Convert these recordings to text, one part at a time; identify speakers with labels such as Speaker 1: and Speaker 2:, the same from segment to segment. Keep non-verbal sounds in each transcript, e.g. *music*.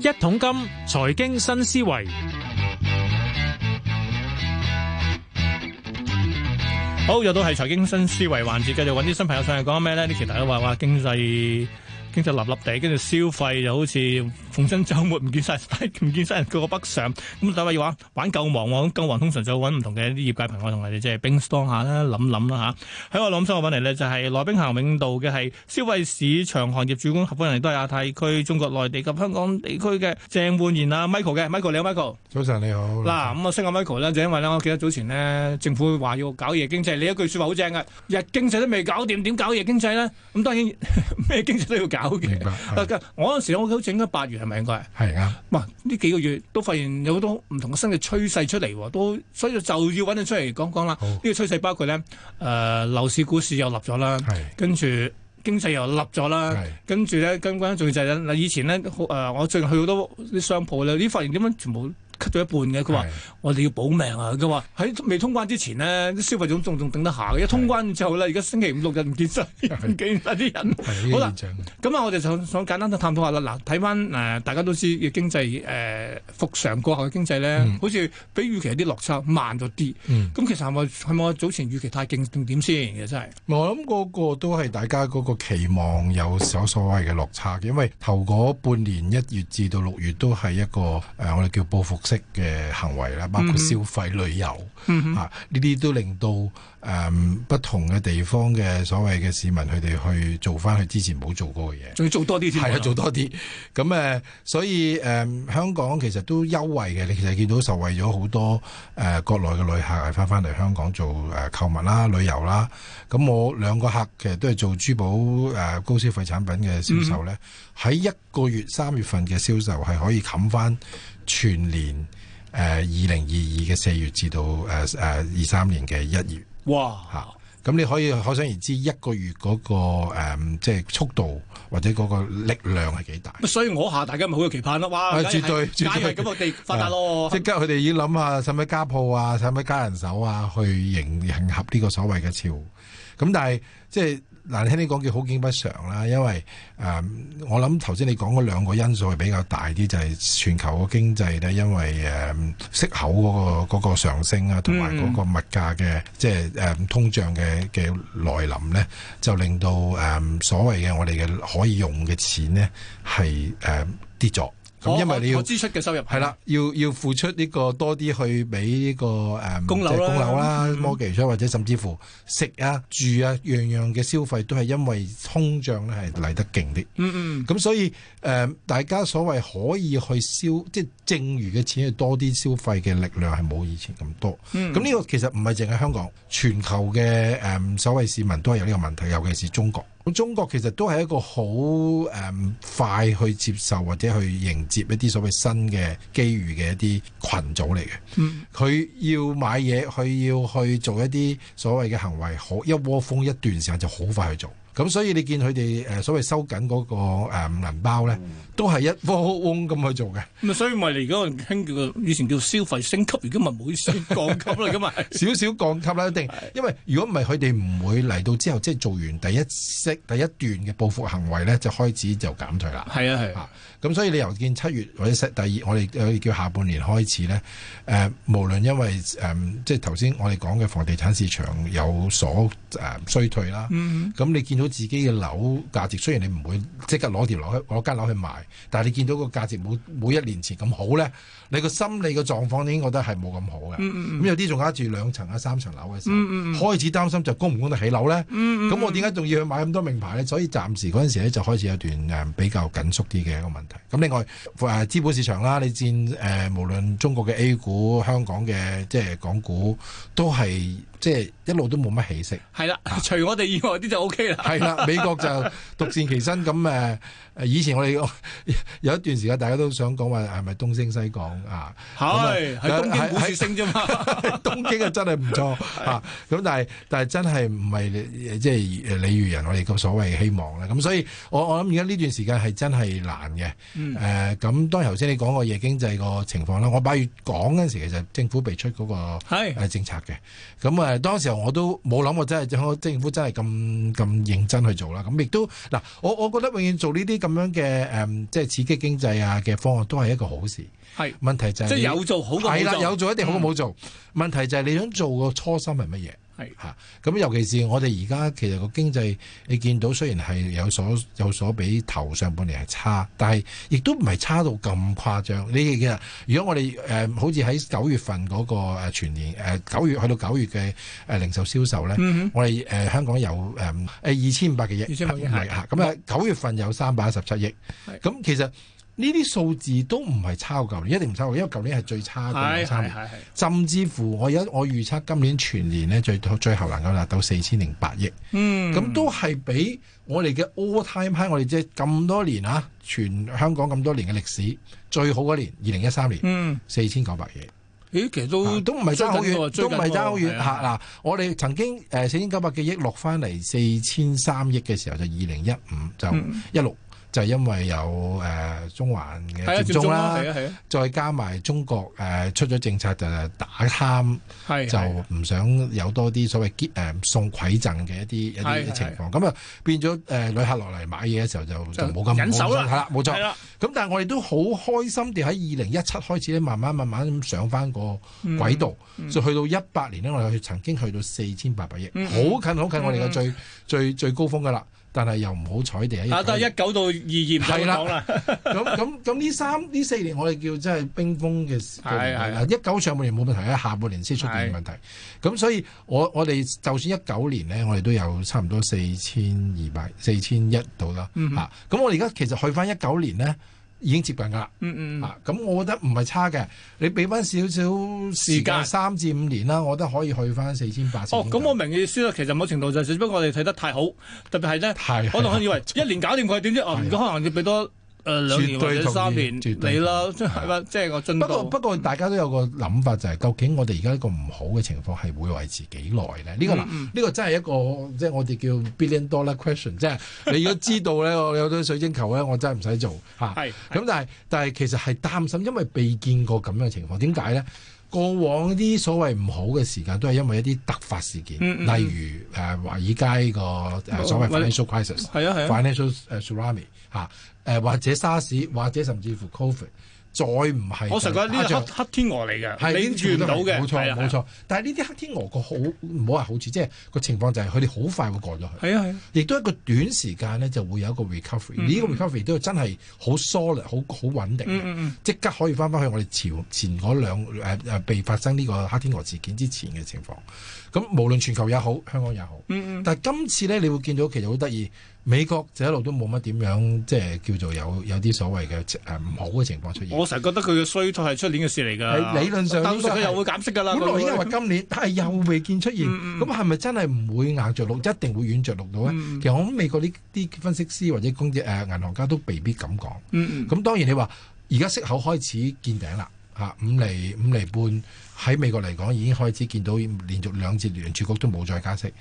Speaker 1: 一桶金財經新思維，
Speaker 2: 好，又到係財經新思維環節，繼續揾啲新朋友上嚟講咩咧？呢期大家話話經濟經濟立立地，跟住消費就好似逢親週末唔見晒，唔見晒人個個北上。咁大家要玩玩救亡喎，咁救亡通常就揾唔同嘅啲業界朋友同我哋即係 brainstorm 下啦，諗諗啦嚇。喺我諗心，我揾嚟咧就係羅兵咸永道嘅係消費市場行業主管合夥人，亦都係亞太區中國內地及香港地區嘅鄭煥然啊 Michael 嘅 Michael 你好 Michael。
Speaker 3: 早晨你好，
Speaker 2: 嗱，咁我啊識阿 Michael 咧，就因為咧，我記得早前咧，政府話要搞夜經濟，你一句説話好正嘅，日經濟都未搞掂，點搞夜經濟咧？咁當然 *laughs* 咩經濟都要搞
Speaker 3: 明
Speaker 2: 嘅。
Speaker 3: 白，係
Speaker 2: 但我嗰陣時，我好似應該八月係咪應該係？
Speaker 3: 係啱，
Speaker 2: 哇！呢幾個月都發現有好多唔同嘅新嘅趨勢出嚟喎，都所以就要揾你出嚟講講啦。
Speaker 3: 好
Speaker 2: 呢個趨勢包括咧，誒、呃樓市、股市又立咗啦，
Speaker 3: 係
Speaker 2: 跟住經濟又立咗啦。
Speaker 3: 係
Speaker 2: 跟住咧，跟關仲就係咧嗱，以前咧，好誒、呃我最近去好多啲商鋪咧，啲發現點樣全部 cut 咗一半嘅。佢話
Speaker 3: 係
Speaker 2: 我哋要保命啊！佢話喺未通關之前呢，啲消費總仲仲頂得下嘅。一通關之後咧，而家星期五六日唔見
Speaker 3: *laughs*
Speaker 2: 晒，唔見晒啲人。
Speaker 3: 係呢
Speaker 2: 好
Speaker 3: 個
Speaker 2: 啦
Speaker 3: 現象，
Speaker 2: 咁啊，我哋想想簡單地探討下啦。嗱，睇翻誒，大家都知嘅經濟誒、呃、復常過後嘅經濟咧，
Speaker 3: 嗯
Speaker 2: 好似比預期有啲落差，慢咗啲。
Speaker 3: 嗯，
Speaker 2: 咁其實係咪係咪我早前預期太勁定點先嘅真係？
Speaker 3: 我諗嗰個都係大家嗰個期望有所所謂嘅落差嘅，因為頭嗰半年一月至到六月都係一個誒、呃我哋叫報復式嘅行為啦，包括
Speaker 2: 嗯哼
Speaker 3: 消費、旅遊
Speaker 2: 嗯哼
Speaker 3: 啊呢啲都令到誒、嗯不同嘅地方嘅所謂嘅市民佢哋去做翻佢之前冇做過嘅嘢。
Speaker 2: 仲要做多啲添。
Speaker 3: 係啊，做多啲。咁誒，呃所以誒、呃香港其實都優惠嘅。你其實見到受惠咗好多誒、呃、國內嘅旅客係翻翻嚟香港做誒、呃、購物啦、旅遊啦。咁我兩個客其實都係做珠寶誒、呃高消費產品嘅銷售咧，喺、一個月三月份嘅銷售係可以冚翻全年誒二零二二嘅四月至到誒誒二三年嘅一月。
Speaker 2: 哇！
Speaker 3: 嚇咁你可以可想而知一個月嗰、個、誒即係速度或者嗰個力量係幾大。
Speaker 2: 所以我下大家咪好有期盼咯。哇！
Speaker 3: 啊
Speaker 2: 梗係
Speaker 3: 絕對絕對
Speaker 2: 梗係咁我哋發達咯。
Speaker 3: 即刻佢哋已經諗下使唔使加鋪啊，使唔使加人手啊，去迎迎合呢個所謂嘅潮。咁但係即係難聽啲講叫好景不常啦，因為誒、嗯我諗頭先你講嗰兩個因素係比較大啲，就係、全球嘅經濟咧，因為誒、嗯息口嗰、個嗰個上升啊，同埋嗰個物價嘅即係誒、嗯通脹嘅嘅來臨咧，就令到誒、嗯所謂嘅我哋嘅可以用嘅錢咧係誒跌咗。咁
Speaker 2: 我
Speaker 3: 因為你要
Speaker 2: 我。支出嘅收入
Speaker 3: 係啦，，要要付出呢個多啲去俾呢、個誒、嗯
Speaker 2: 供樓啦
Speaker 3: 即係供樓啦、
Speaker 2: 嗯
Speaker 3: mortgage 啊或者甚至乎食啊、住啊，樣樣嘅消費都係因為通脹咧係嚟得勁啲。
Speaker 2: 嗯嗯，
Speaker 3: 咁所以誒、呃大家所謂可以去消，即係剩餘嘅錢去多啲消費嘅力量係冇以前咁多。
Speaker 2: 嗯
Speaker 3: 咁呢、個其實唔係淨係香港，全球嘅誒、嗯所謂市民都係有呢個問題，尤其是中國。咁中國其實都係一個好誒、嗯快去接受或者去迎接一啲所謂新嘅機遇嘅一啲群組嚟嘅。
Speaker 2: 嗯
Speaker 3: 佢要買嘢，佢要去做一啲所謂嘅行為，好一窩蜂一段時間就好快去做。咁所以你見佢哋誒所謂收緊嗰、個誒銀包咧，都係一窩蜂咁去做嘅。
Speaker 2: 咁啊所以咪嚟而家興叫個以前叫消費升級，而家咪唔好意思降級啦，咁咪
Speaker 3: 少少降級啦，一定，因為如果唔係佢哋唔會嚟到之後，即係做完第一式第一段嘅報復行為咧，就開始就減退啦。
Speaker 2: 係啊係啊。
Speaker 3: 啊，咁所以你由見七月或者七第二，我哋我哋叫下半年開始咧，誒、無論因為誒、即係頭先我哋講嘅房地產市場有所誒、衰退啦，
Speaker 2: 嗯，
Speaker 3: 咁你見到自己嘅樓價值，雖然你唔會即刻攞條樓去攞間樓去賣，但係你見到個價值冇冇一年前咁好咧，你個心理嘅狀況已經覺得係冇咁好嘅。咁、有啲仲揸住兩層啊、三層樓嘅時候，開始擔心就供唔供得起樓咧。咁、我點解仲要去買咁多名牌咧？所以暫時嗰陣時咧就開始有一段誒比較緊縮啲嘅一個問題。咁另外誒資本市場啦，你見誒、無論中國嘅 A 股、香港嘅即係港股，都係即係一路都冇乜起色。
Speaker 2: 係啦，除我哋以外啲就 O K 啦。
Speaker 3: 係啦，美國就獨善其身咁誒誒，以前我哋有一段時間大家都想講話係咪東升西降啊？
Speaker 2: 係，係東京股市
Speaker 3: 係
Speaker 2: 升啫嘛。
Speaker 3: *laughs* 東京啊真係唔錯啊！咁但係但係真係唔係你即係誒李如人我哋咁所謂嘅希望啦。咁所以我我諗而家呢段時間係真係難嘅。
Speaker 2: 嗯
Speaker 3: 誒、咁當然頭先你講過夜經濟個情況啦，我八月講嗰陣時其實政府被出嗰、個。
Speaker 2: *laughs* 係
Speaker 3: 誒政策嘅，咁誒、誒當時候我都冇諗過真係香港政府真係咁咁認真去做啦。咁亦都嗱，我我覺得永遠做呢啲咁樣嘅誒，即係刺激經濟啊嘅方案都係一個好事。
Speaker 2: 係
Speaker 3: 問題就係
Speaker 2: 即係
Speaker 3: 你
Speaker 2: 有做好過冇
Speaker 3: 係啦，
Speaker 2: 做嗯
Speaker 3: 有做一定好過冇做。問題就係你想做個初心係乜嘢？
Speaker 2: 係
Speaker 3: 嚇咁尤其是我哋而家其實個經濟，你見到雖然係有所有所比頭上半年係差，但係亦都唔係差到咁誇張。你其實如果我哋誒、呃好似喺九月份嗰個誒全年誒九、月去到九月嘅誒零售銷售咧，
Speaker 2: 嗯
Speaker 3: 我哋誒、呃香港有誒誒二千五百幾億，
Speaker 2: 2500億
Speaker 3: 係
Speaker 2: 係
Speaker 3: 嚇咁啊九月份有三百一十七億
Speaker 2: 係，
Speaker 3: 咁其實呢啲數字都唔係差過舊年，一定唔差過，因為舊年係最差
Speaker 2: 哼，
Speaker 3: 嘅
Speaker 2: 係
Speaker 3: 兩三
Speaker 2: 係
Speaker 3: 年。
Speaker 2: 係係，
Speaker 3: 甚至乎我而家我預測今年全年咧最最後能夠達到四千零八億，咁、
Speaker 2: 嗯，
Speaker 3: 都係比我哋嘅 all time high，我哋即係咁多年啊，全香港咁多年嘅歷史最好嗰年二零一三年
Speaker 2: 嗯，
Speaker 3: 四千九百億。
Speaker 2: 咦，其實
Speaker 3: 啊
Speaker 2: 都
Speaker 3: 都唔係爭好遠，
Speaker 2: 追
Speaker 3: 都
Speaker 2: 緊喎
Speaker 3: 唔係爭好遠
Speaker 2: 係啊
Speaker 3: 嚇嗱。我哋曾經誒四千九百幾億落翻嚟四千三億嘅時候，就二零一五就
Speaker 2: 嗯
Speaker 3: 一六就係因為有誒、呃中環嘅
Speaker 2: 係啊，
Speaker 3: 佔
Speaker 2: 佔
Speaker 3: 中
Speaker 2: 中啦，
Speaker 3: 啦
Speaker 2: 係，啊係啊，
Speaker 3: 再加埋中國誒、呃出咗政策就係打貪，
Speaker 2: 係係
Speaker 3: 就唔想有多啲所謂結誒送饋贈嘅一啲一
Speaker 2: 係係
Speaker 3: 啲情況，咁啊變咗誒、呃旅客落嚟買嘢嘅時候就就冇咁
Speaker 2: 忍手啦
Speaker 3: 係啦，冇錯
Speaker 2: 係。啦，
Speaker 3: 咁但係我哋都好開心地喺二零一七開始咧，慢慢慢慢咁上翻個
Speaker 2: 嗯
Speaker 3: 軌道，
Speaker 2: 嗯
Speaker 3: 所以去到一八年咧，我哋去曾經去到四千八百億，好、
Speaker 2: 嗯
Speaker 3: 近好近我哋嘅最、最最高峰噶啦。但係又唔好彩地喺
Speaker 2: 啊，都係一九到二二唔使講啦，
Speaker 3: 咁咁咁呢三呢四年我哋叫真係冰封嘅時
Speaker 2: 係係
Speaker 3: 啦。一九上半年冇問題啦，下半年先出現問題。咁所以我我哋就算一九年呢，我哋都有差唔多四千二百、四千一度啦。
Speaker 2: 嗯
Speaker 3: 嚇咁我哋而家其實去翻一九年呢，已經接近噶啦。
Speaker 2: 嗯嗯，
Speaker 3: 啊，咁我覺得唔係差嘅，你俾翻少少時
Speaker 2: 時間
Speaker 3: 間三至五年啦，我覺得可以去翻四千八。
Speaker 2: 哦，咁我明嘅意思啦，其實某程度就係只不過我哋睇得太好，特別係咧。
Speaker 3: 係啊
Speaker 2: 我同佢以
Speaker 3: *laughs*
Speaker 2: 為一年搞掂佢，點知哦？
Speaker 3: 係啊
Speaker 2: 唔該，可能要俾多誒兩年
Speaker 3: 絕
Speaker 2: 或
Speaker 3: 對
Speaker 2: 者
Speaker 3: 同意
Speaker 2: 三年
Speaker 3: 絕對
Speaker 2: 你啦，即係話即係個進
Speaker 3: 不過不
Speaker 2: 度。
Speaker 3: 過，大家都有個諗法就係、究竟我哋而家呢個唔好嘅情況係會維持幾耐咧？呢、個
Speaker 2: 嗯
Speaker 3: 嗱，呢、個真係一個即係我哋叫 billion dollar question，即係你如果知道咧，我有咗水晶球咧，我真係唔使做嚇。
Speaker 2: 係
Speaker 3: 咁但係但係其實係擔心，因為未見過咁樣嘅情況。點解咧？過往啲所謂唔好嘅時間都係因為一啲突發事件，
Speaker 2: 嗯嗯嗯
Speaker 3: 例如誒華爾街個誒所
Speaker 2: 或
Speaker 3: 謂
Speaker 2: 者
Speaker 3: financial crisis。
Speaker 2: 係啊係啊，
Speaker 3: financial 誒 tsunami 嚇誒或者沙士或者甚至乎 covid 再唔係
Speaker 2: 我成日覺得呢
Speaker 3: 打
Speaker 2: 個
Speaker 3: 仗
Speaker 2: 黑黑天鵝嚟
Speaker 3: 係
Speaker 2: 嘅，你
Speaker 3: 呢啲全
Speaker 2: 預唔
Speaker 3: 部都
Speaker 2: 到嘅，係
Speaker 3: 係冇錯
Speaker 2: 啊
Speaker 3: 冇。錯。但係呢啲黑天鵝個好唔好話好處，即係個情況就係佢哋好快會過咗去，
Speaker 2: 係啊係啊，
Speaker 3: 亦都一個短時間咧就會有一個 recovery。
Speaker 2: 嗯
Speaker 3: 呢個 recovery 都真係好 solid、好好穩定
Speaker 2: 嗯
Speaker 3: 嘅。
Speaker 2: 嗯嗯，
Speaker 3: 即刻可以翻翻去我哋朝前嗰兩誒誒被發生呢個黑天鵝事件之前嘅情況，咁無論全球也好，香港也好，
Speaker 2: 嗯
Speaker 3: 但係今次咧，你會見到其實好得意，美國就一路都冇乜點樣，即係叫做有有啲所謂嘅誒唔好嘅情況出現。
Speaker 2: 我成日覺得佢嘅衰退係出年嘅事嚟㗎。
Speaker 3: 係理論上
Speaker 2: 但到時
Speaker 3: 應該
Speaker 2: 佢
Speaker 3: 係
Speaker 2: 又會減息㗎啦。
Speaker 3: 本來
Speaker 2: 佢
Speaker 3: 應該話今年，但係又未見出現，
Speaker 2: 嗯嗯
Speaker 3: 咁係咪真係唔會硬着陸，一定會軟着陸到咧？
Speaker 2: 嗯
Speaker 3: 其實我諗美國呢啲分析師或者公誒、呃、銀行家都未必咁講。
Speaker 2: 嗯嗯
Speaker 3: 咁當然你話而家息口開始見頂啦，嚇五厘五厘半喺美國嚟講已經開始見到連續兩次聯儲局都冇再加息。誒、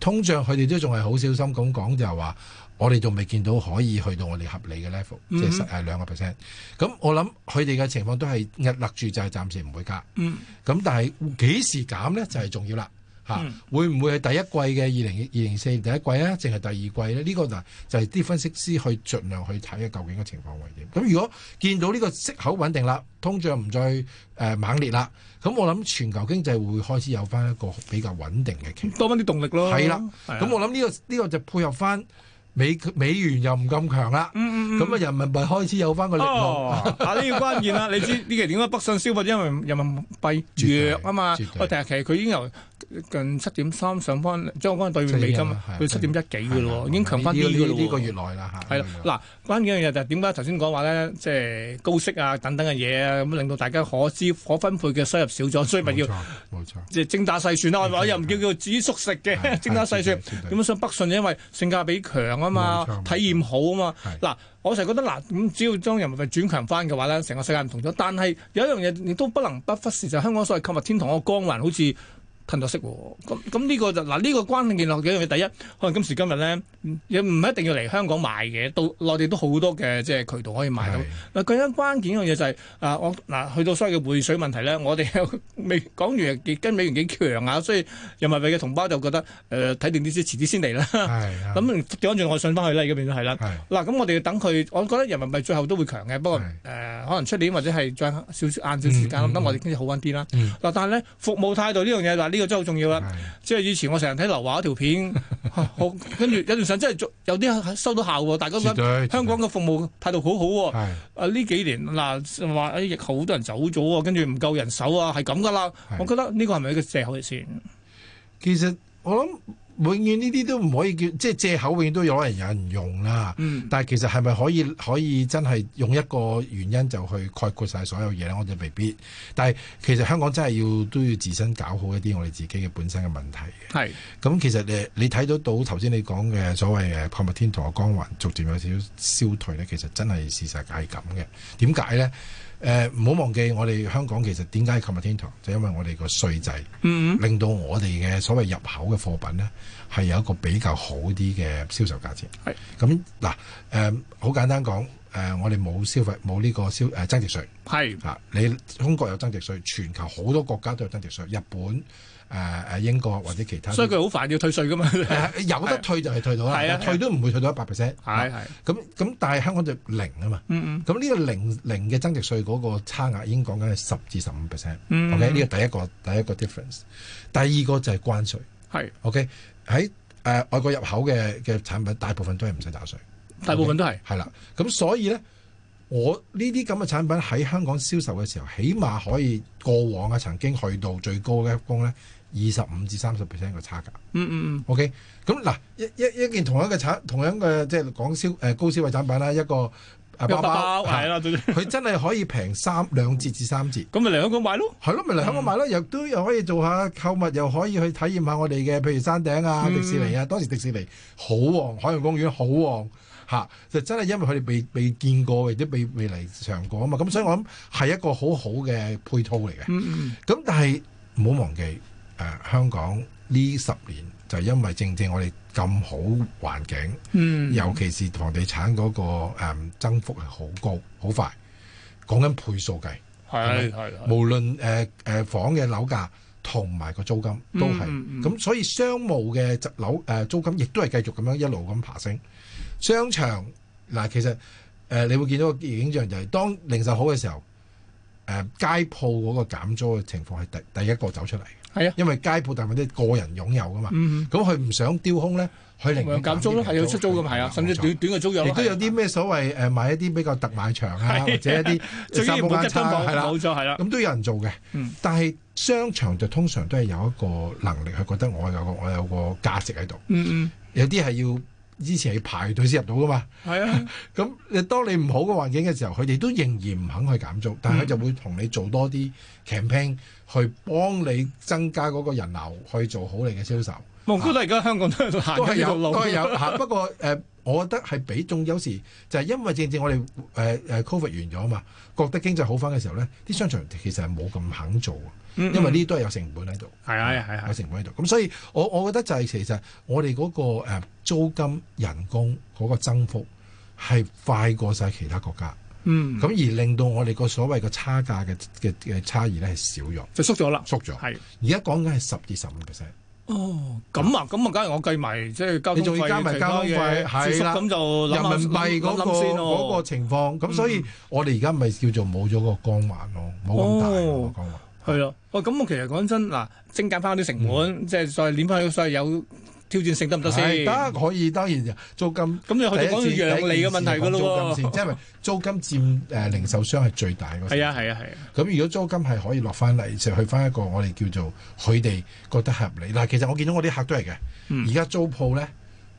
Speaker 3: 通脹佢哋都仲係好小心咁講，就係話我哋仲未見到可以去到我哋合理嘅 level，即
Speaker 2: 嗯
Speaker 3: 係十誒兩個 percent。咁我諗佢哋嘅情況都係壓勒住，就係暫時唔會加。
Speaker 2: 嗯
Speaker 3: 咁但係幾時減呢？就係、重要啦。嚇、
Speaker 2: 嗯
Speaker 3: 會唔會係第一季嘅二零二零四年第一季啊，定係第二季呢？呢、個就就係啲分析師去盡量去睇嘅究竟個情況為點。咁如果見到呢個息口穩定啦，通脹唔再誒、呃猛烈啦，咁我諗全球經濟會開始有翻一個比較穩定嘅期。
Speaker 2: 多翻啲動力咯。
Speaker 3: 係啦
Speaker 2: 係啊，
Speaker 3: 咁我諗呢、個呢、個就配合翻美美元又唔咁強啦，咁啊、
Speaker 2: 嗯嗯嗯
Speaker 3: 人民幣開始有翻個力量。
Speaker 2: 哦，啊呢個關鍵
Speaker 3: *laughs*
Speaker 2: 啦，你知呢期點解北上消費，因為人民
Speaker 3: 絕對
Speaker 2: 幣弱啊嘛
Speaker 3: 絕。對
Speaker 2: 喂，但係其實佢已經由近七點三上翻，將翻對美金啊
Speaker 3: 7.1
Speaker 2: 去七點一幾嘅咯喎，已經強翻
Speaker 3: 呢
Speaker 2: 啲
Speaker 3: 個
Speaker 2: 嘅
Speaker 3: 呢
Speaker 2: 咯喎。
Speaker 3: 呢個月內啦嚇。
Speaker 2: 係啦，嗱，關鍵嘅嘢就係點解頭先講話咧，即係高息啊等等嘅嘢啊，咁令到大家可支可分配嘅收入少咗，所以咪要
Speaker 3: 冇錯冇錯。
Speaker 2: 即係精打細算啦。我又唔叫叫只縮食嘅 *laughs*
Speaker 3: 係
Speaker 2: 精打細算
Speaker 3: 係絕對絕。對
Speaker 2: 咁想北信因為性價比強啊嘛
Speaker 3: 冇錯冇，錯
Speaker 2: 體驗好啊嘛
Speaker 3: 係。
Speaker 2: 嗱，我成日覺得嗱，咁只要將人民幣轉強翻嘅話咧，成個世界唔同咗。但係有一樣嘢亦都不能不忽視，就係香港所謂購物天堂嘅光環，好似褪咗息喎。咁咁呢個就嗱呢個關鍵落幾樣嘢。第一，可能今時今日咧，嗯又唔一定要嚟香港買嘅，到內地都好多嘅即係渠道可以買到。嗱，更加關鍵一樣嘢就係、啊，我嗱、去到所謂嘅匯水問題咧，我哋 *laughs* 未講完幾跟美元幾強啊，所以人民幣嘅同胞就覺得誒睇、定啲先，遲啲先嚟啦。
Speaker 3: 係
Speaker 2: 啊咁調翻轉我信翻去啦，而家變咗係啦。
Speaker 3: 係
Speaker 2: 嗱，咁我哋要等佢，我覺得人民幣最後都會強嘅，不過誒呃
Speaker 3: 係、
Speaker 2: 可能出年或者係再少少晏少時間，
Speaker 3: 嗯嗯
Speaker 2: 等我哋經濟好翻啲啦。
Speaker 3: 嗯
Speaker 2: 嗱，但係咧服務態度呢樣嘢，嗱呢個真係好重要啦。啊
Speaker 3: 係
Speaker 2: 即係以前我成日睇劉華嗰條
Speaker 3: *laughs*
Speaker 2: 片，好跟住有段時間真係做有啲收到效喎，大家覺
Speaker 3: 絕
Speaker 2: 得
Speaker 3: 對
Speaker 2: 香港嘅服務態度好好喎。
Speaker 3: 係
Speaker 2: 啊！呢幾年嗱話哎疫好多人走咗喎，跟住唔夠人手啊，係咁噶啦。
Speaker 3: 係
Speaker 2: 我覺得呢個係咪一個藉口先？
Speaker 3: 其實我諗永遠呢啲都唔可以叫，即係借口永遠都有人有人用啦。
Speaker 2: 嗯，
Speaker 3: 但係其實係咪可以可以真係用一個原因就去概括晒所有嘢咧？我哋未必。但係其實香港真係要都要自身搞好一啲我哋自己嘅本身嘅問題嘅。
Speaker 2: 係
Speaker 3: 咁其實誒，你睇得到頭先你講嘅所謂呃誒礦物天堂嘅光環逐漸有少少消退咧，其實真係事實係咁嘅。點解咧？誒唔好忘記，我哋香港其實點解係礦物天堂，就因為我哋個稅制
Speaker 2: 嗯
Speaker 3: 令到我哋嘅所謂入口嘅貨品咧，係有一個比較好啲嘅銷售價錢。
Speaker 2: 係
Speaker 3: 咁嗱誒，好簡單講誒、呃我哋冇消費冇呢個消誒、增值稅。
Speaker 2: 係
Speaker 3: 啊！你中國有增值稅，全球好多國家都有增值稅，日本、誒、誒英國或者其他都，
Speaker 2: 所以佢好快要退稅噶
Speaker 3: *laughs*
Speaker 2: 嘛。係
Speaker 3: 誒
Speaker 2: *laughs*
Speaker 3: 有得退就係退到啦，
Speaker 2: 係啊
Speaker 3: 但退都唔會退到一百 percent。啊
Speaker 2: 係
Speaker 3: 咁咁，但係香港就零啊嘛。
Speaker 2: 嗯
Speaker 3: 咁呢個零零嘅增值稅嗰個差額已經講緊係十至十五 percent。
Speaker 2: 嗯
Speaker 3: OK，呢個第一個第一個 difference。第二個就係關稅。
Speaker 2: 係
Speaker 3: OK，喺誒、外國入口嘅嘅產品，大部分都係唔使打稅。
Speaker 2: 大部分都係
Speaker 3: 係啦，咁所以咧，我呢啲咁嘅產品喺香港銷售嘅時候，起碼可以過往啊曾經去到最高嘅一公咧，二十五至三十 percent 嘅差價。
Speaker 2: 嗯嗯
Speaker 3: OK，咁嗱一一一件同樣嘅產同樣嘅即係講消誒高消費產品啦，一個誒
Speaker 2: 嗯，
Speaker 3: 包
Speaker 2: 包
Speaker 3: 啊包
Speaker 2: 包係，啦，總之
Speaker 3: 嚇佢真係可以平三兩折至三折。
Speaker 2: 咁咪嚟香港買咯。
Speaker 3: 係咯，咪嚟香港買咯，又都又可以做下購物，又可以去體驗下我哋嘅，譬如山頂啊、
Speaker 2: 嗯
Speaker 3: 迪士尼啊。當時迪士尼好旺，海洋公園好旺嚇、就真係因為佢哋未未見過，亦都未未嚟嘗過啊嘛。咁所以我諗係一個好好嘅配套嚟嘅。
Speaker 2: 嗯嗯
Speaker 3: 咁但係唔好忘記，誒、香港呢十年就係因為正正我哋咁好環境。
Speaker 2: 嗯，
Speaker 3: 尤其是房地產嗰、個、誒增幅係好高、好快，講緊倍數計。
Speaker 2: 係係係
Speaker 3: 無論誒誒呃房嘅樓價同埋個租金都係，咁、
Speaker 2: 嗯嗯嗯
Speaker 3: 所以商務嘅就樓誒、呃租金亦都係繼續咁樣一路咁爬升。商場嗱、其實誒、呃你會見到個景象就係、當零售好嘅時候，誒、呃街鋪嗰個減租嘅情況係第第一個走出嚟，
Speaker 2: 係啊。
Speaker 3: 因為街鋪大部分都係個人擁有噶嘛，
Speaker 2: 嗯
Speaker 3: 咁佢唔想丟空咧，佢寧
Speaker 2: 嗯，
Speaker 3: 願
Speaker 2: 減租咯，係有出租咁係啊，甚至
Speaker 3: 冇錯
Speaker 2: 短短嘅租約咯啊
Speaker 3: 亦都有啲咩所謂誒買一啲比較特賣場啊，或者一啲
Speaker 2: *laughs* 最緊要冇吉
Speaker 3: 三
Speaker 2: 登
Speaker 3: 寶
Speaker 2: 網
Speaker 3: 間餐係啦
Speaker 2: 冇錯係啦。
Speaker 3: *laughs* 咁都有人做嘅。
Speaker 2: 嗯
Speaker 3: 但係商場就通常都係有一個能力，佢覺得我有個我有個價值喺度。
Speaker 2: 嗯
Speaker 3: 有啲係要之前係排隊先入到噶嘛。
Speaker 2: 嗯，係啊，
Speaker 3: 咁你當你唔好嘅環境嘅時候，佢哋都仍然唔肯去減租，
Speaker 2: 嗯
Speaker 3: 但係佢就會同你做多啲 campaign 去幫你增加嗰個人流，去做好你嘅銷售。
Speaker 2: 蒙古都而家香港都喺度行
Speaker 3: 都係
Speaker 2: 啊緊呢條
Speaker 3: 有，
Speaker 2: 路
Speaker 3: 都。係有 *laughs* 嚇。不過誒、呃我覺得係比重有時就係因為正正我哋誒誒 covid 完咗啊嘛，覺得經濟好翻嘅時候咧，啲商場其實係冇咁肯做啊，
Speaker 2: 嗯嗯
Speaker 3: 因為呢啲都係有成本喺度，
Speaker 2: 係啊係啊係啊
Speaker 3: 有成本喺度。咁所以我我覺得就係其實我哋嗰、個、呃、租金、人工嗰個增幅係快過晒其他國家，
Speaker 2: 嗯，
Speaker 3: 咁、而令到我哋個所謂嘅差價嘅嘅嘅差異咧係少咗、
Speaker 2: 就縮咗啦。
Speaker 3: 縮咗。
Speaker 2: 係
Speaker 3: 而家講緊係十至十五 percent。
Speaker 2: 哦，咁啊，咁啊，梗係我計埋即係交通
Speaker 3: 你仲要加埋
Speaker 2: 費其他
Speaker 3: 交通
Speaker 2: 嘢
Speaker 3: 費係
Speaker 2: 住宿
Speaker 3: 啦
Speaker 2: 咁就諗
Speaker 3: 人
Speaker 2: 下
Speaker 3: 民幣嗰、
Speaker 2: 諗
Speaker 3: 個
Speaker 2: 諗先咯嗯
Speaker 3: 嗰個情況，咁所以我哋而家咪叫做冇咗個光環咯，冇咁大
Speaker 2: 哦
Speaker 3: 嗰個光環。
Speaker 2: 係咯，喂，咁我其實講真嗱，精簡翻啲成本，即係再攣翻去，所以有挑戰性得唔得
Speaker 3: 係
Speaker 2: 先？
Speaker 3: 得可以，當然就租金。
Speaker 2: 咁你去到
Speaker 3: 第一
Speaker 2: 哦講
Speaker 3: 次
Speaker 2: 到讓利嘅問題㗎咯
Speaker 3: 第一件事就講租金先，
Speaker 2: 喎。
Speaker 3: 即係因為租金佔誒、呃零售商係最大嗰個。
Speaker 2: 係啊係啊係啊，
Speaker 3: 咁如果租金係可以落翻嚟，就去翻一個我哋叫做佢哋覺得合理。嗱，其實我見到我啲客都係嘅，
Speaker 2: 嗯
Speaker 3: 而家、租鋪咧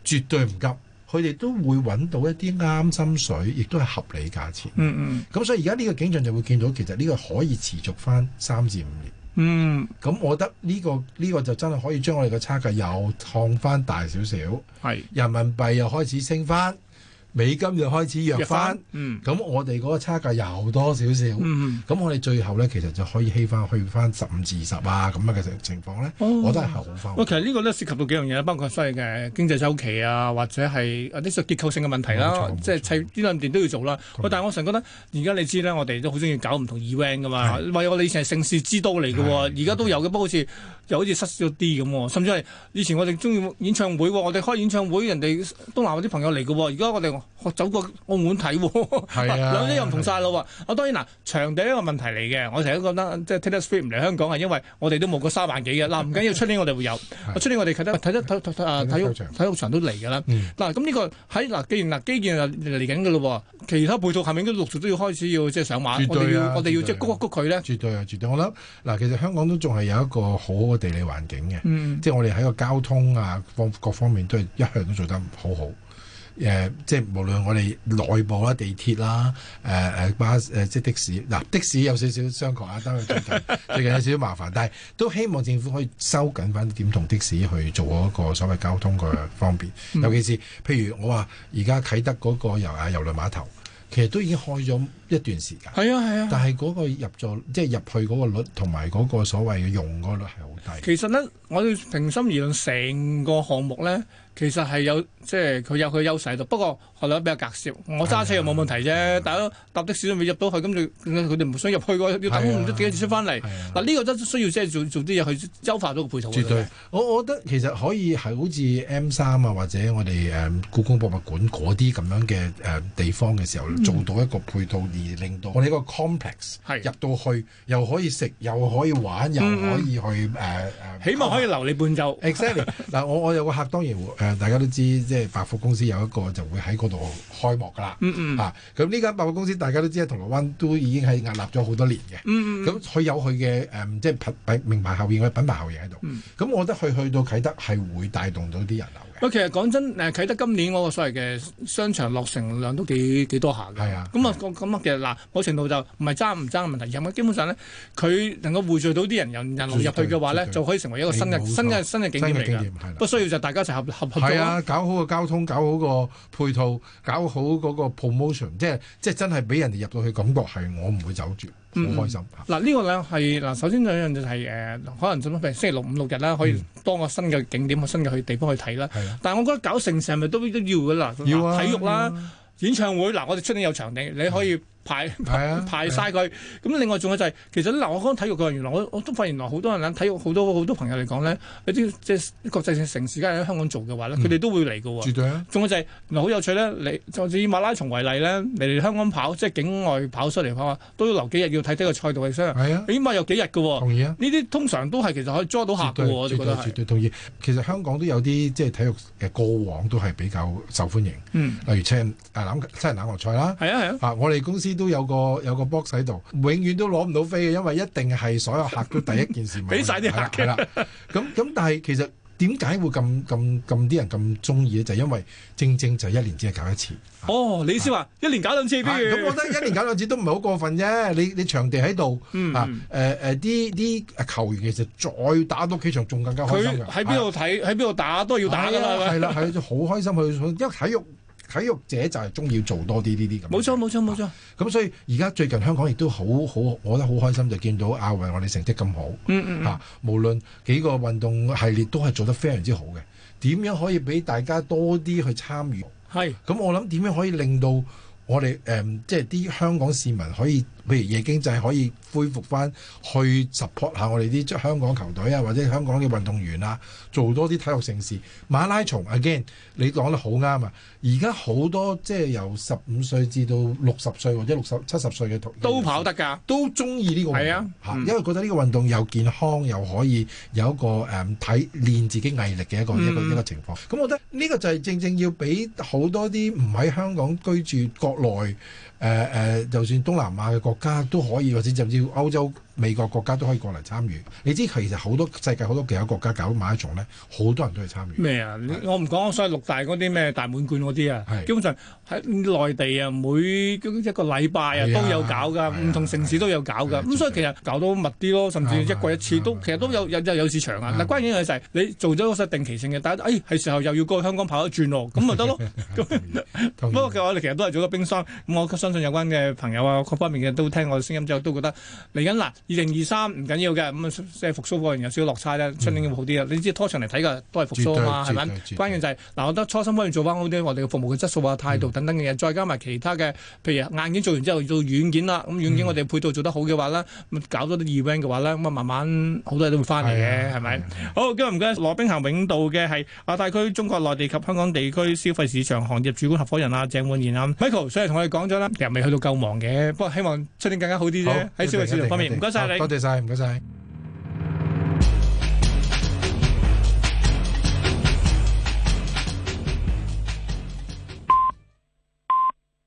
Speaker 3: 絕對唔急，佢哋都會揾到一啲啱心水，亦都係合理價錢。
Speaker 2: 嗯嗯
Speaker 3: 咁所以而家呢個景象就會見到，其實呢個可以持續翻三至五年。
Speaker 2: 嗯，
Speaker 3: 咁我覺得呢、個呢、個就真係可以將我哋嘅差價又擴翻大少少，
Speaker 2: 係
Speaker 3: 人民幣又開始升翻，美金就開始弱翻，
Speaker 2: 嗯
Speaker 3: 咁我哋嗰個差價又多少少，咁、
Speaker 2: 嗯，
Speaker 3: 我哋最後咧其實就可以欺翻去翻十五至二十啊咁樣嘅情況咧，
Speaker 2: 哦
Speaker 3: 我都係後翻。
Speaker 2: 喂，其實呢個咧涉及到幾樣嘢，包括所謂嘅經濟周期啊，或者係啊啲結構性嘅問題啦
Speaker 3: 冇，錯
Speaker 2: 即係砌呢兩段都要做啦。喂
Speaker 3: 錯，
Speaker 2: 但係我成日覺得而家你知啦，我哋都好中意搞唔同 event 噶嘛，喂，我哋以前係盛事之都嚟嘅喎，
Speaker 3: 係
Speaker 2: 而家都有嘅，不過好似又好似失咗啲咁喎，甚至係以前我哋中意演唱會喎，我哋開演唱會，人哋東南亞啲朋友嚟嘅喎，而家我哋學走過澳門睇喎。
Speaker 3: 係
Speaker 2: *laughs*
Speaker 3: 啊，
Speaker 2: 兩啲又唔同晒咯喎！我哦當然嗱，場地係一個問題嚟嘅，我成日都覺得即係 Taylor Swift 唔嚟香港係啊因為我哋都冇過三萬幾嘅。嗱，唔緊要，出年我哋
Speaker 3: *laughs*
Speaker 2: 會有，哦出年我哋睇得睇得睇睇啊
Speaker 3: 睇
Speaker 2: 體育
Speaker 3: 得體育場
Speaker 2: 體育場都嚟㗎啦。
Speaker 3: 嗯
Speaker 2: 嗱，咁呢個喺嗱，既然嗱基建嚟緊㗎咯喎，其他配套係咪應該陸續都要開始要即係上馬？
Speaker 3: 絕
Speaker 2: 我哋
Speaker 3: 對啊
Speaker 2: 要我哋要
Speaker 3: 絕對啊
Speaker 2: 即係谷一谷佢咧。
Speaker 3: 絕對啊，絕對！我諗嗱，其實香港都仲係有一個好好嘅地理環境嘅，
Speaker 2: 嗯，
Speaker 3: 即係我哋喺個交通啊方各方面都係一向都做得好好。誒、即係無論我哋內部啦、地鐵啦、誒、誒巴士誒、即係的士嗱、的士有少少商榷啊，單位最近最近有少少麻煩，但係都希望政府可以收緊翻點同的士去做嗰個所謂交通嘅方便，
Speaker 2: 嗯
Speaker 3: 尤其是譬如我話而家啟德嗰個遊啊遊輪碼頭，其實都已經開咗一段時間。
Speaker 2: 係啊係啊。
Speaker 3: 但係嗰個入座即係入去嗰個率同埋嗰個所謂嘅用嗰個率係好低。
Speaker 2: 其實咧，我哋平心而論，成個項目咧，其實係有即係佢有佢優勢喺度。不過學歷比較隔涉，我揸車又冇問題啫。大家搭的士都未入到去，咁就佢哋唔想入去嘅，要
Speaker 3: 係啊
Speaker 2: 等唔知幾多次先翻嚟。
Speaker 3: 係啊
Speaker 2: 嗱，呢個都需要即係做做啲嘢去優化咗個配套。啊
Speaker 3: 絕對，我我覺得其實可以係好似 M 三啊，或者我哋誒、嗯故宮博物館嗰啲咁樣嘅誒、嗯地方嘅時候，做到一個配套，而令到我哋一個 complex
Speaker 2: 係
Speaker 3: 入到去又可以食，又可以玩，又
Speaker 2: 嗯嗯
Speaker 3: 可以去誒誒，
Speaker 2: 起碼可以留你半晝。
Speaker 3: exactly 嗱，我我有個客當然誒、呃大家都知，即係百貨公司有一個就會喺嗰度開幕㗎啦。
Speaker 2: 嗯嗯
Speaker 3: 啊，咁呢間百貨公司大家都知喺銅鑼灣都已經係屹立咗好多年嘅。
Speaker 2: 嗯嗯
Speaker 3: 咁佢有佢嘅誒，即係品品名牌效應，佢品牌效應喺度。
Speaker 2: 嗯
Speaker 3: 咁、我覺得佢去到啟德係會帶動到啲人流
Speaker 2: 喂，其實講真，呃誒啟德今年嗰個所謂嘅商場落成量都幾幾多下嘅。
Speaker 3: 係啊
Speaker 2: 咁啊，咁咁啊，其實嗱，某程度就唔係爭唔爭嘅問題，因為基本上咧，佢能夠匯聚到啲人人人流入去嘅話咧，
Speaker 3: 絕對
Speaker 2: 就可以成為一個新嘅
Speaker 3: 冇錯
Speaker 2: 新嘅新嘅
Speaker 3: 嘅，
Speaker 2: 景點
Speaker 3: 真嘅
Speaker 2: 嚟
Speaker 3: 經
Speaker 2: 㗎。
Speaker 3: 驗係
Speaker 2: 不
Speaker 3: 啦。
Speaker 2: 需要就大家一齊合合合作
Speaker 3: 係
Speaker 2: 啦。
Speaker 3: 啊，搞好個交通，搞好個配套，搞好嗰個 promotion，即係即係真係俾人哋入到去感覺係我唔會走住，好
Speaker 2: 嗯嗯
Speaker 3: 開心。
Speaker 2: 嗱呢個咧係嗱，首先有一樣就係誒，可能譬如星期六、五六日啦，可
Speaker 3: 嗯
Speaker 2: 以多個新嘅景點、新嘅去地方去睇啦。
Speaker 3: 係啊，
Speaker 2: 但係我覺得搞盛事係咪都都要㗎啦？
Speaker 3: 要啊，
Speaker 2: 體育
Speaker 3: 要
Speaker 2: 啦、
Speaker 3: 啊，
Speaker 2: 演唱會嗱，我哋出年有場地，你可
Speaker 3: 嗯
Speaker 2: 以排。
Speaker 3: 係啊，
Speaker 2: 排晒佢。咁另外仲有就係、其實嗱，我講體育嘅，原來我我都發現原來好多人咧，體育好多好多朋友嚟講咧，有啲即係國際性城市，梗係喺香港做嘅話
Speaker 3: 嗯
Speaker 2: 咧，佢哋都會嚟嘅喎
Speaker 3: 絕。對啊。
Speaker 2: 仲有就係、原來好有趣咧，你就以馬拉松為例咧，嚟嚟香港跑，即係境外跑出嚟跑啊，都要留幾日要睇睇個賽道嘅先，
Speaker 3: 係啊，
Speaker 2: 起碼有幾日嘅喎。
Speaker 3: 同意啊。
Speaker 2: 呢啲通常都係其實可以捉到客
Speaker 3: 絕
Speaker 2: 嘅
Speaker 3: 對
Speaker 2: 喎，我哋覺
Speaker 3: 絕對
Speaker 2: 得
Speaker 3: 絕
Speaker 2: 係。
Speaker 3: 對同意。其實香港都有啲即係體育嘅過往都係比較受歡迎，
Speaker 2: 嗯，
Speaker 3: 例如車人啊欖七人欖球賽啦。
Speaker 2: 係啊係啊，
Speaker 3: 啊！我哋公司都有個有個 box 喺度，永遠都攞唔到飛嘅，因為一定係所有客都第一件事
Speaker 2: *laughs*
Speaker 3: 問
Speaker 2: 俾晒啲
Speaker 3: 係啦
Speaker 2: 客嘅
Speaker 3: 係啦。咁咁，但係其實點解會咁咁咁啲人咁中意咧？就係因為正正就係一年只係搞一次。
Speaker 2: 哦，你意思話一年搞 *laughs* 兩次，不
Speaker 3: 啊咁
Speaker 2: 如
Speaker 3: 我覺得一年搞兩次都唔係好過分啫。你你場地喺度
Speaker 2: 嗯
Speaker 3: 啊
Speaker 2: 嗯，
Speaker 3: 誒誒啲啲球員其實再打多幾場仲更加開心
Speaker 2: 佢
Speaker 3: 㗎啊
Speaker 2: 喺邊度睇，喺邊度打都要打㗎啦，係咪
Speaker 3: 係啊啦，係啦好開心去，因為體育體育者就係中意做多啲呢啲咁。
Speaker 2: 冇錯冇錯冇錯，
Speaker 3: 咁所以而家最近香港亦都好好，我覺得好開心就見到亞運我哋成績咁好
Speaker 2: 嗯嗯
Speaker 3: 嚇、
Speaker 2: 嗯。
Speaker 3: 無論幾個運動系列都係做得非常之好嘅。點樣可以俾大家多啲去參與？
Speaker 2: 係
Speaker 3: 咁我諗點樣可以令到我哋誒、嗯即係啲香港市民可以，譬如夜經濟可以恢復翻，去 support 下我哋啲即係香港球隊啊，或者香港嘅運動員啊，做多啲體育盛事。馬拉松 again，你講得好啱啊！而家好多即係由十五歲至到六十歲或者六十七十歲嘅同
Speaker 2: 都跑得㗎。
Speaker 3: 都中意呢個運動
Speaker 2: 係啊
Speaker 3: 嚇
Speaker 2: 嗯
Speaker 3: 因為覺得呢個運動又健康，又可以有一個誒、嗯、體練自己毅力嘅一個、一個
Speaker 2: 嗯
Speaker 3: 一個情況。咁我覺得呢個就係正正要俾好多啲唔喺香港居住國內誒誒、呃就算東南亞嘅國家都可以，或者甚至歐洲美國國家都可以過嚟參與。你知其實好多世界好多其他國家搞馬拉松咧，好多人都去參與。
Speaker 2: 咩啊？我唔講所謂六大嗰啲咩大滿貫嗰啲啊，
Speaker 3: 係
Speaker 2: 基本上喺內地啊，每一個禮拜啊
Speaker 3: 係啊
Speaker 2: 都有搞
Speaker 3: 係
Speaker 2: 噶，
Speaker 3: 啊
Speaker 2: 唔同城市都有搞
Speaker 3: 係
Speaker 2: 噶。
Speaker 3: 啊
Speaker 2: 咁所以其實搞到密啲咯，甚至一
Speaker 3: 啱啊
Speaker 2: 季一次都
Speaker 3: 啱啊
Speaker 2: 其實都有有有有市場啊。
Speaker 3: 啱
Speaker 2: 嗱，關鍵嘅就係你做咗個定期性嘅，但係誒係時候又要過去香港跑一轉咯， *laughs* 咁咪得咯。
Speaker 3: 當
Speaker 2: 不
Speaker 3: 然
Speaker 2: 過其實我哋其實都係做咗冰霜，咁我相信有關嘅朋友啊，各方面嘅都聽我嘅聲音之後，都覺得嚟緊嗱，二零二三唔緊要嘅，咁啊即係復甦嗰陣有少少落差啫，出年會好啲啊！你知拖長嚟睇嘅都係復甦啊嘛，係
Speaker 3: 絕對
Speaker 2: 咪
Speaker 3: 絕對？絕對
Speaker 2: 關鍵就係嗱，我覺得初心方面做翻好啲，我哋嘅服務嘅質素啊、態度等等嘅嘢，再加埋其他嘅，譬如硬件做完之後到軟件啦，咁軟件我哋配套做得好嘅話咧，咁搞多啲 event 嘅話咧，咁啊慢慢好多嘢都會翻嚟嘅，係咪？好，今日唔該，羅冰涵永道嘅係亞太區中國內地及香港地區消費市場行業主管合夥人啊，鄭煥然啊，Michael，所以同我哋講咗啦，其實未去到夠忙嘅，不過希望出年更加好啲啫，喺消費市場方面，唔該晒你
Speaker 3: 多。謝晒，唔該晒。